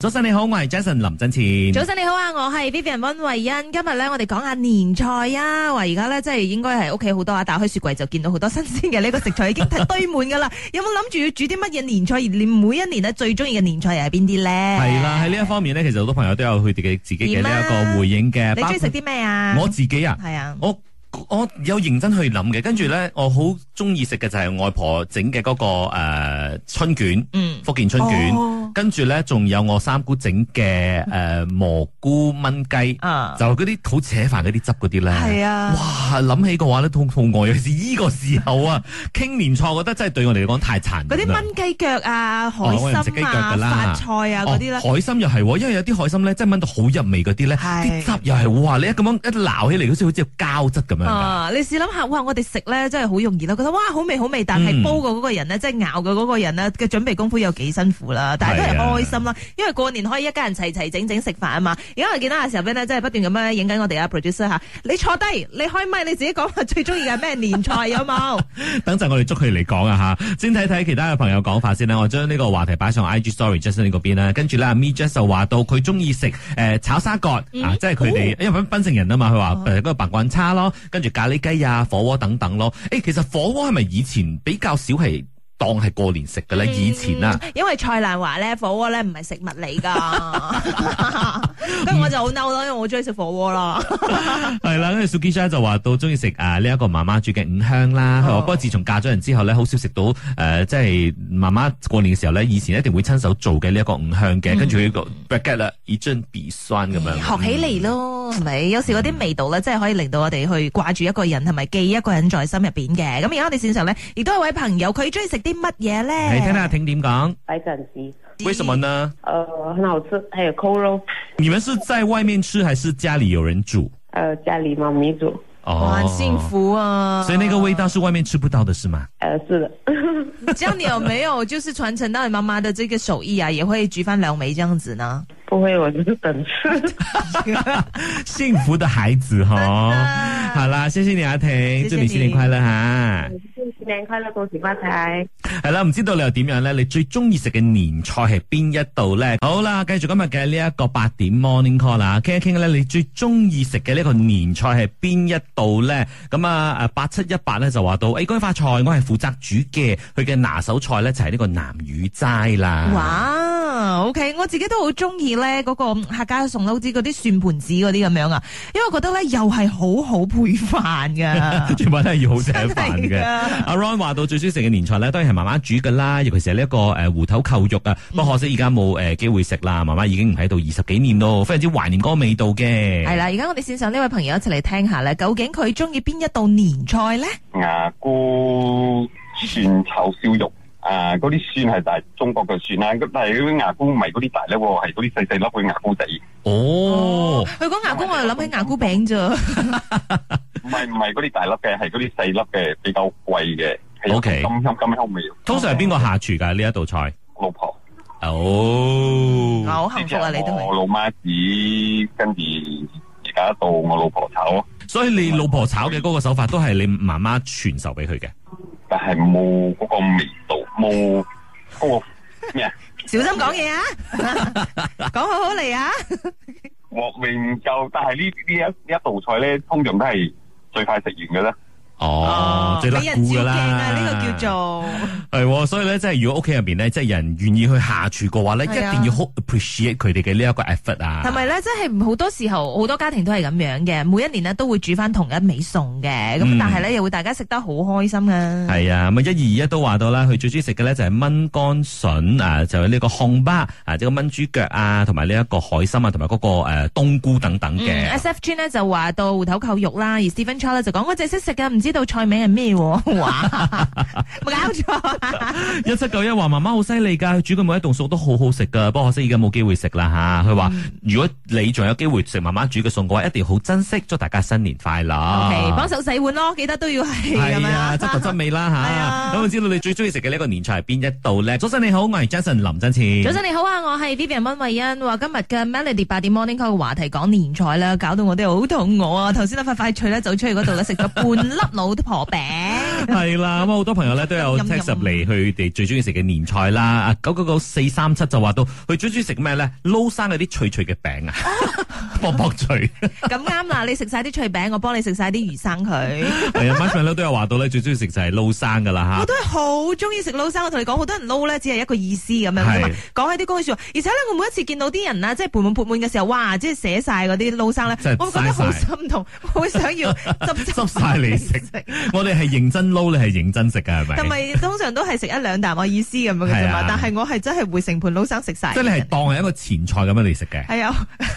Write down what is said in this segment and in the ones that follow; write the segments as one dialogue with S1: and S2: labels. S1: 早晨你好，我係 Jason 林振前。
S2: 早晨你好啊，我係 Vivian 温慧欣。今日咧，我哋講下年菜啊。話而家咧，即係應該係屋企好多啊，打開雪櫃就見到好多新鮮嘅呢個食材已經堆滿 噶啦。有冇諗住要煮啲乜嘢年菜？而你每一年咧最中意嘅年菜又係邊啲咧？
S1: 係啦，喺呢一方面咧，其實好多朋友都有佢哋嘅自己嘅呢一個回應嘅。
S2: 啊你
S1: 包括
S2: 中意食啲咩啊？
S1: 我自己啊，
S2: 係啊，
S1: 我我有認真去諗嘅。跟住咧，我好中意食嘅就係外婆整嘅嗰個誒春卷，
S2: 嗯，
S1: 福建春卷。
S2: 哦
S1: 跟住咧，仲有我三姑整嘅誒蘑菇炆雞，
S2: 啊，
S1: 就嗰啲好扯飯嗰啲汁嗰啲咧。
S2: 係啊，
S1: 哇！諗起嘅話咧，痛痛餓，尤其是呢個時候啊，傾年菜，我覺得真係對我嚟講太殘忍啦
S2: 嗰啲炆雞腳啊、海
S1: 哦我又唔食雞
S2: 參
S1: 腳㗎
S2: 啊、
S1: 啦
S2: 發菜啊嗰啲咧
S1: 哦，海參又係喎，因為有啲海參咧，真係炆到好入味嗰啲咧，
S2: 係
S1: 啲汁又係哇！你一咁樣一撈起嚟，好似好似有膠質咁樣㗎。
S2: 啊！你試諗下，哇！我哋食咧真係好容易啦，覺得哇好味好味，但係
S1: 嗯
S2: 煲嘅嗰個人呢，即係咬嘅嗰個人呢，嘅準備功夫有幾辛苦啦，但係
S1: 係
S2: 都
S1: 啊
S2: 係開心啦，因為過年可以一家人齊齊整整食飯啊嘛。而家我見到阿 s i 咧，真係不斷咁樣影緊我哋啊 producer 嚇，你坐低，你開咪，你自己講下最中意嘅咩年菜有 冇？
S1: 等陣我哋捉佢嚟講啊吓，先睇睇其他嘅朋友講法先啦。我將呢個話題擺上 IG Story Justin 嗰邊啦，跟住咧 Me Jess 就話到佢中意食誒炒沙葛、
S2: 嗯哦
S1: 啊，即係佢哋因為檳城人啊嘛，佢話誒嗰個白滾叉咯，跟住咖喱雞啊、火鍋等等咯。誒、其實火鍋係咪以前比較少係當係過年食嘅咧？以前啊。
S2: 嗯因為蔡瀾話咧火鍋咧唔係食物嚟 㗎，跟住我就好嬲啦，因為我好中意食火鍋啦。
S1: 系啦，跟住 Suki 就話到中意食啊呢一個媽媽煮嘅五香啦。佢話
S2: 哦
S1: 不過自從嫁咗人之後咧，好少食到誒、呃即係媽媽過年嘅時候咧，以前一定會親手做嘅呢一個五香嘅，跟住佢個 bracket 啦，以樽鼻酸咁樣。
S2: 嗯學起嚟咯，係咪？有時嗰啲味道咧，真係可以令到我哋去掛住一個人，係咪記一個人在心入邊嘅？咁而家我哋線上咧，亦都有位朋友，佢中意食啲乜嘢咧？
S1: 你聽聽阿婷點講？
S3: 白斩鸡，
S1: 嗯為什麼呢？
S3: 呃，很好吃，还有扣肉，
S1: 你們是在外面吃還是家裡有人煮？哦
S3: 呃，家里妈咪煮，
S2: 哇，很幸。福啊！
S1: 所以那個味道是外面吃不到的，是嗎？
S3: 呃，是的，
S2: 这样你有没有就是传承到你媽媽的這個手藝啊？也會煮翻兩味這樣子呢？
S3: 不会，我就是等吃。
S1: 幸福的孩子哈。好啦，謝謝你阿婷，
S2: 謝謝
S1: 祝你新年
S2: 你
S1: 快樂吓。
S3: 新年快乐，恭喜发财！
S1: 系啦，唔知道你又點樣咧？你最中意食嘅年菜係邊一度咧？好啦，繼續今日嘅呢一個八點 morning call 啦，傾一傾咧，你最中意食嘅呢個年菜係邊一度咧？咁啊，诶八七一八咧就話到，诶、該發菜我係負責煮嘅，佢嘅拿手菜咧就係呢個南乳齋啦。。
S2: 哇，OK，我自己都好中意咧嗰個客家餸啦，好似嗰啲蒜盤子嗰啲咁樣啊，因為我覺得咧又係好好配飯㗎
S1: 全部都係要好食飯
S2: 真係啊
S1: 嘅。
S2: 㗎
S1: 阿 Ron 話到最中意食嘅年菜咧，當然係媽媽煮噶啦，尤其是係呢一個誒芋頭扣肉啊。不過可惜而家冇誒機會食啦，媽媽已經唔喺度二十幾年咯，非常之懷念嗰個味道嘅。
S2: 系啦，而家我哋線上呢位朋友一齊嚟聽下咧，究竟佢中意邊一道年菜咧？
S4: 牙菇蒜炒燒肉。啊！嗰啲蒜係大中國嘅蒜啦，咁但係嗰啲牙菇唔係嗰啲大粒喎，係嗰啲細細粒嘅牙菇仔。
S1: 哦，
S2: 佢講牙菇，我又諗起牙菇餅咋。
S4: 唔係唔係嗰啲大粒嘅，係嗰啲細粒嘅，比較貴嘅，係有
S1: OK
S4: 金香金香味。
S1: 通常係邊個下廚㗎呢一道菜？
S4: 老婆？
S1: 哦，
S2: 我好幸福啊！你都係
S4: 我老媽子，跟住而家到我老婆炒咯，
S1: 所以你老婆炒嘅嗰個手法都係你媽媽傳授俾佢嘅。
S4: 但係冇嗰個味道，冇嗰、個咩啊，
S2: 小心講 嘢啊！講好好嚟啊！
S4: 鑊味唔夠。但係呢呢一呢一道菜咧，通常都係最快食完嘅啦。
S1: 哦，最
S2: 俾
S1: 甩
S2: 人
S1: 骨㗎
S2: 照鏡
S1: 啦，
S2: 啊！呢個叫做
S1: 係喎，所以咧，即係如果屋企入邊咧，即係有人願意去下廚嘅話咧，一
S2: 係啊
S1: 定要好 appreciate 佢哋嘅呢一個 effort 啊。
S2: 同埋咧，真係好多時候好多家庭都係咁樣嘅，每一年呢都會煮翻同一味餸嘅，
S1: 嗯
S2: 咁但係咧又會大家食得好開心啊！
S1: 係啊，咁啊一二二一都話到啦，佢最中意食嘅咧就係炆乾筍啊，就係呢個烘巴啊，即係個炆豬腳啊，同埋呢一個海參啊，同埋嗰個誒冬菇等等嘅。
S2: 嗯，S F G 咧就話到芋頭扣肉啦，而 Stephen Chow 咧就講我淨係識食嘅，唔知道菜名係咩喎， 哇！冇搞錯啊！
S1: 一七九一話媽媽好犀利㗎，佢煮嘅每一道餸都好好食㗎，不過可惜而家冇機會食啦吓。佢話、
S2: 嗯
S1: 如果你仲有機會食媽媽煮嘅餸嘅話，一定要好珍惜，祝大家新年快樂。
S2: OK，幫手洗碗咯，記得都要係咁
S1: 係啊，
S2: 樣。
S1: 執頭執尾啦
S2: 係啊
S1: 吓。咁我知道你最中意食嘅呢一個年菜係邊一道咧？早晨你好，我係 Jason 林振前。
S2: 早晨你好啊，我係 Vivian 温慧欣。話今日嘅 Melody 八點 Morning Call 嘅話題講年菜啦，搞到我哋好肚餓啊！頭先咧快快脆咧走出去嗰度咧食咗半粒老婆餅。
S1: 系啦，咁好多朋友咧都有
S2: 飲飲
S1: text 入嚟，佢哋最中意食嘅年菜啦。啊，九九九四三七就話到，佢最中意食咩咧？撈生嗰啲脆脆嘅 餅啊， 薄薄脆。
S2: 咁啱啦，你食晒啲脆餅，我幫你食晒啲魚生佢。
S1: 係啊 m a r s h m a l l o w 都有話到咧，最中意食就係撈生噶啦
S2: 我都係好中意食撈生，我同你講，好多人撈咧，只係一個意思咁樣
S1: 係
S2: 啫嘛。講起啲高處，而且咧，我每一次見到啲人啊，即係盤滿缽滿嘅時候，哇！即係寫晒嗰啲撈生
S1: 真係，
S2: 咧我會覺得好
S1: 嘥晒
S2: 心痛， 我會想要 執
S1: 執晒嚟食吓。我哋係認真撈，你係認真食㗎，係咪？
S2: 同埋通常都係食一兩啖我意思咁樣嘅
S1: 係
S2: 啫
S1: 啊
S2: 嘛，但係我係真係會成盤撈生食晒嘅
S1: 即係
S2: 人。
S1: 你係當係一個前菜咁樣嚟食嘅。
S2: 係啊。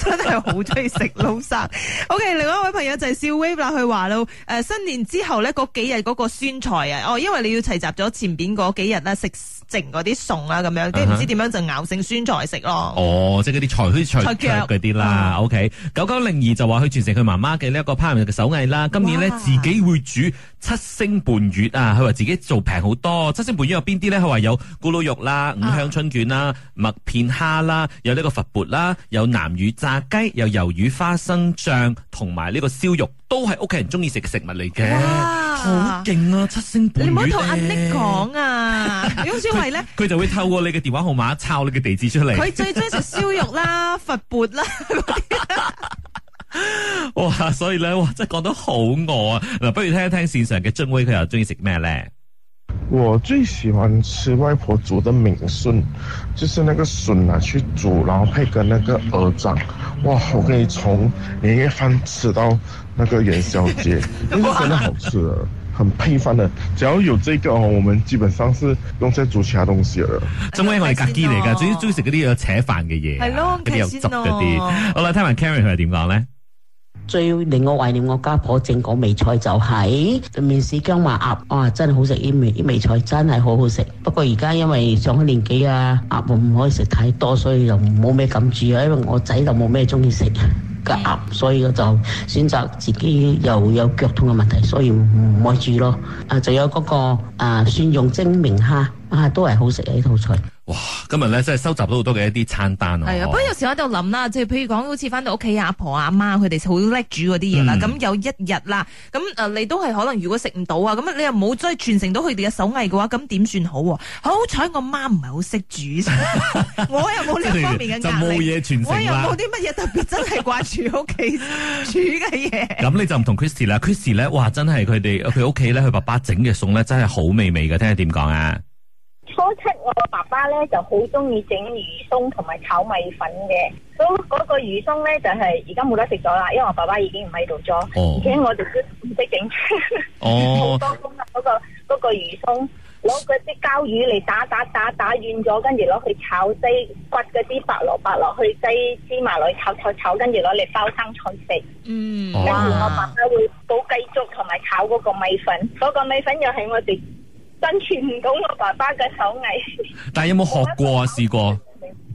S2: 真係好中意食撈生。OK，另外一位朋友就係笑 wave 啦，佢話到誒新年之後咧嗰幾日嗰個酸菜啊，哦，因為你要齊集咗前邊嗰幾日啦，食剩嗰啲餸啦咁樣，跟住唔知點樣就熬成酸菜食咯。
S1: 哦，即係嗰啲菜，好似菜腳
S2: 菜腳嗯
S1: 嗰啲啦。OK，九九零二就話佢傳承佢媽媽嘅呢一個烹飪嘅手藝啦。今年咧
S2: 哇
S1: 自己會煮七星伴月啊，佢話自己做平好多。七星伴月有邊啲咧？佢話有咕嚕肉啦、
S2: 啊
S1: 五香春卷啦、麥片蝦啦，有呢個佛缽啦，有南乳炸雞，有魷魚花生醬，同埋呢個燒肉，都係屋企人中意食嘅食物嚟嘅。
S2: 哇
S1: 好勁啊！七星伴
S2: 你
S1: 月
S2: 唔好
S1: 呢，
S2: 同阿 Nick 講 啊，因為咧。
S1: 佢就會透過你嘅電話號碼抄你嘅地址出嚟。
S2: 佢最中意食燒肉啦、佛缽啦，
S1: 哇！所以咧，哇，真係講得好餓啊！嗱，不如聽一聽線上嘅俊威，佢又中意食咩咧？
S5: 我最喜欢吃外婆煮的敏笋，就是那个笋啊，去煮，然后配跟那个鹅掌。哇，我可以从年夜饭吃到那个元宵节，那是真的好吃的，很配饭的。只要有这个哦，我们基本上是不用再煮其他东西了。
S1: 俊威我哋格基嚟噶，
S2: 哎呀
S1: 最中意食嗰啲有扯飯嘅嘢啊，
S2: 係咯
S1: 嗰啲有汁嗰啲。
S2: Casino
S1: 好啦，聽埋 Karen 佢係點講咧？
S6: 最令我懷念我家婆整嗰味菜就係麵豉姜華鴨，啊真係好食！呢味呢味菜真係好好食。不過而家因為上咗年紀啊，鴨唔可以食太多，所以就冇咩敢煮啊。因為我仔就冇咩中意食嘅鴨，所以我就選擇自己又有腳痛嘅問題，所以唔可以煮咯。啊，就有嗰、個啊蒜蓉蒸明蝦啊，都係好食嘅呢套菜。
S1: 哇！
S2: 啊
S1: 今日咧真係收集到好多嘅一啲餐單啊！
S2: 係啊。不過有時我喺度諗啦，即係譬如講，好似翻到屋企阿婆阿媽佢哋好叻煮嗰啲嘢啦。
S1: 嗯
S2: 咁、有一日啦，咁誒你都係可能如果食唔到啊，咁你又冇再傳承到佢哋嘅手藝嘅話，咁點算好喎？好彩我媽唔係好識煮， 我又冇呢一方面嘅
S1: 就
S2: 壓
S1: 冇
S2: 力，
S1: 嘢傳
S2: 我
S1: 承
S2: 又冇
S1: 啦。
S2: 啲乜嘢特別真係掛住屋企 煮嘅嘢。
S1: 咁你就唔同 Christy 啦，Christy 咧，哇，真係佢哋佢屋企咧，佢爸爸整嘅餸咧，真係好美味嘅，聽下點講啊？
S7: 初七我爸爸咧就好中意整魚鬆同埋炒米粉嘅，咁嗰個魚鬆咧就係而家冇得食咗啦，因為我爸爸已經唔喺度咗，
S1: 哦
S7: 而且我哋都唔識整， 好
S1: 哦，
S7: 多功能嗰個嗰、個魚鬆，攞嗰啲膠魚嚟打打打打軟咗，跟住攞去炒雞，骨嗰啲白蘿蔔落去雞芝麻落去炒炒炒，跟住攞嚟包生菜食。
S2: 嗯，
S1: 哦
S7: 跟住我
S2: 哇
S7: 爸！爸會煲雞粥同埋炒嗰個米粉，嗰、個米粉又係我哋真傳唔到我爸爸嘅手藝。
S1: 但係有冇學過啊？試過？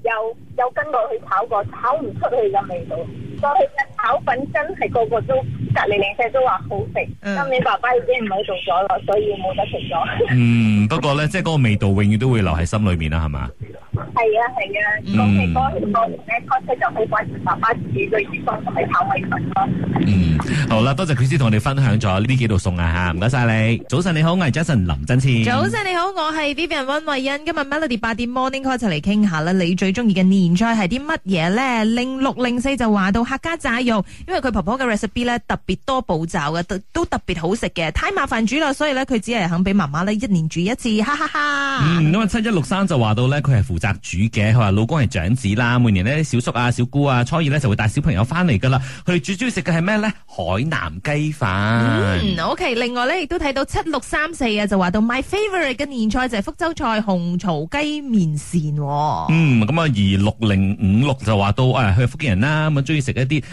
S7: 又又跟過去炒過，炒唔出去嘅味道。過去嘅炒粉真係個個都隔離鄰舍都話好食。
S2: 嗯
S7: 今年爸爸已經唔喺度咗啦，所以冇得食咗。
S1: 嗯，不過咧，即係嗰個味道永遠都會留喺心裏面啦，係嘛？
S7: 係啊係啊，講起嗰年過年咧，初七就好掛住爸爸煮嘅魚湯同埋炒米粉咯。
S1: 嗯，好啦，多謝 Chris 同我哋分享咗呢幾道餸啊吓，唔該晒你。早晨你好，我係 Jason 林真千。
S2: 早。晨你好，我係 Vivian 温慧欣。今日 Melody 八點 Morning Call 就嚟傾下啦，你最中意嘅年菜係啲乜嘢咧？零六零四就話到客家炸肉，因為佢婆婆嘅 recipe 咧特別多步驟嘅，都都特別好食嘅，太麻煩煮啦，所以咧佢只係肯俾媽媽咧一年煮一次，哈哈哈。
S1: 嗯，咁啊七一六三就話到咧，佢係負責煮嘅，佢話老公係長子啦，每年呢，小叔啊、小姑啊、初二咧就會帶小朋友翻嚟噶啦。佢哋最中意食嘅係咩咧？海南雞飯。
S2: 嗯，OK。另外咧，亦都睇到七六三四啊，就話到 my favorite 嘅年菜就係福州菜紅槽雞面線喎。
S1: 嗯，咁啊，而六零五六就話到誒，去福建人啦，咁啊中意食一啲誒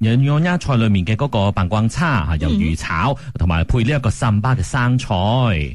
S1: 釀釀鴨菜裏面嘅嗰個白光叉啊，魷魚炒，同埋配呢一個三巴嘅生菜。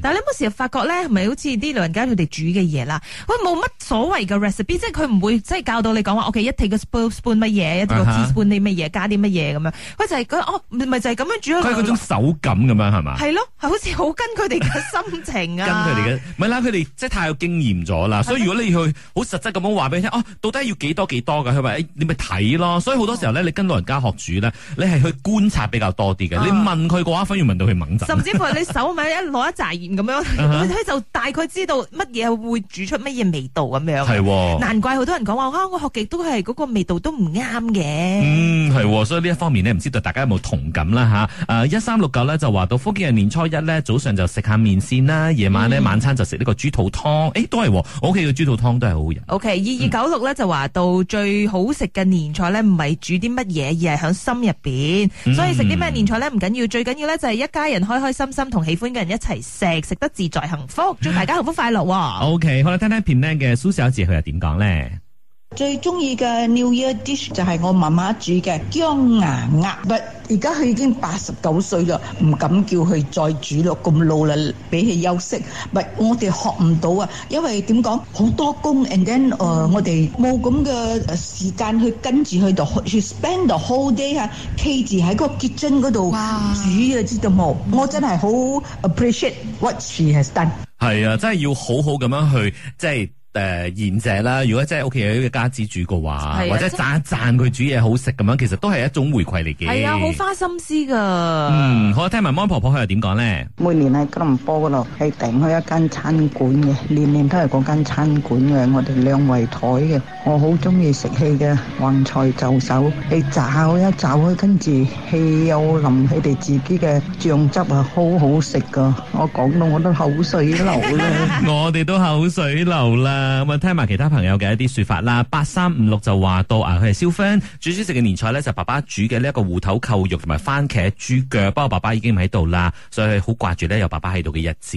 S2: 但係你有冇時候發覺咧，係咪好似啲老人家佢哋煮嘅嘢啦？喂，冇乜所謂謂嘅 recipe，即係佢唔會即係教到你講話，OK，一 take 個 spoon 乜嘢，一 take 個
S1: 啊哈
S2: teaspoon 啲乜嘢，加啲乜嘢咁樣。佢就係覺得哦，咪咪就係咁樣煮咗
S1: 佢係嗰種手感咁樣係嘛？
S2: 係咯，係好似好跟佢哋嘅心情
S1: 跟
S2: 啊。
S1: 佢哋嘅，唔係啦，佢哋即係太有經驗咗啦，所以如果你去好實質咁樣話俾佢聽，哦，到底要幾多幾多㗎？佢話誒你咪睇咯，所以好多時候咧，你跟老人家學煮咧，你係去觀察比較多啲嘅，
S2: 啊
S1: 你問佢嘅話，反而問到佢猛
S2: 甚
S1: 震。
S2: 至乎你手咪一攞一扎鹽咁樣，
S1: 啊哈
S2: 佢就大概知道乜嘢會煮出乜嘢味道咁樣。
S1: 係喎。
S2: 難怪好多人講話啊，我學極都係嗰個味道都唔啱嘅。
S1: 嗯，係喎，所以呢一方面呢，唔知道大家有冇同感啦吓。啊誒一三六九咧就話到福建人年初一咧早上就食下面線啦，夜晚咧、晚餐就食呢個豬肚湯。誒都係喎，我屋企嘅豬肚湯都係好人。
S2: O K，二二九六咧就話到最好食嘅年菜咧，唔係煮啲乜嘢，而係響心入邊。
S1: 嗯
S2: 所以食啲咩年菜咧唔緊要，最緊要咧就係一家人開開心心同喜歡嘅人一齊食，食得自在幸
S1: 嗯
S2: 福，祝大家幸福快樂喎。
S1: O K，好啦，聽聽片呢嘅蘇小姐佢又點講咧？
S8: 最中意嘅 New Year dish 就係我媽媽煮嘅姜牙鴨，不而家佢已經八十九歲啦，唔敢叫佢再煮咯，咁老啦，俾佢休息。唔我哋學唔到啊，因為點講好多工，and then 誒、呃我哋冇咁嘅呃時間去跟住佢度去 spend the whole day 啊，K 字喺個 kitchen 嗰度煮啊，知道冇？我真係好 appreciate what she has done。
S1: 係啊，真係要好好咁樣去即係。誒、賢者啦，如果真係屋企有一個家子煮嘅話，
S2: 係啊
S1: 或者
S2: 即
S1: 讚一讚佢煮嘢好食咁樣，其實都係一種回饋嚟嘅。
S2: 係啊，好花心思噶。
S1: 嗯，好，聽埋芒婆婆佢又點講 咧？
S9: 每年喺吉隆坡嗰度係訂開一間餐館嘅，年年都係嗰間餐館嘅，我哋兩圍台嘅。我好中意食佢嘅橫菜就手，你炒一炒佢，跟住佢有淋佢哋自己嘅醬汁啊，好好食噶。我講到我都口水流啦。
S1: 我哋都口水流啦，咁啊聽埋其他朋友嘅一啲說法啦。八三五六就話到啊，佢係燒番煮煮食嘅年菜咧，就爸爸煮嘅呢一個芋頭扣肉同埋番茄豬腳，不過爸爸已經唔喺度啦，所以好掛住咧有爸爸喺度嘅日子。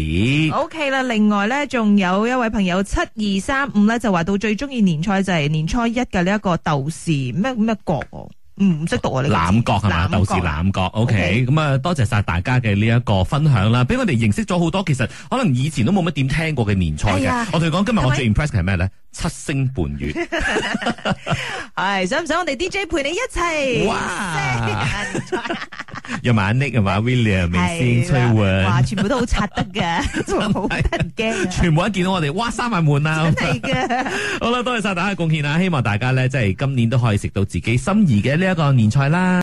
S2: O K 啦，另外咧，仲有一位朋友七二三五咧，就話到最中意年菜就係年初一嘅呢一個豆豉咩咩角喎，嗯唔識讀啊你
S1: 欖角係嘛？豆豉
S2: 欖
S1: 欖角，OK，咁啊，多謝晒大家嘅呢一個分享啦，俾我哋認識咗好多，其實可能以前都冇乜點聽過嘅年菜
S2: 係
S1: 嘅
S2: 啊。
S1: 我同你講，今日
S2: 係
S1: 我
S2: 咪
S1: 最 impress 嘅係咩咧？七星伴月，
S2: 係想唔想我哋 D J 陪你一齊？
S1: 哇！又埋阿 Nick 又埋阿 William 明
S2: 係
S1: 先崔允，
S2: 哇，全部都好刷得 嘅，仲好得人驚啊，
S1: 全部一見到我哋，哇，三萬啊滿啦
S2: 真！係嘅。
S1: 好啦，多謝晒大家嘅貢獻啊！希望大家咧，即係今年都可以食到自己心儀嘅呢一個年菜啦。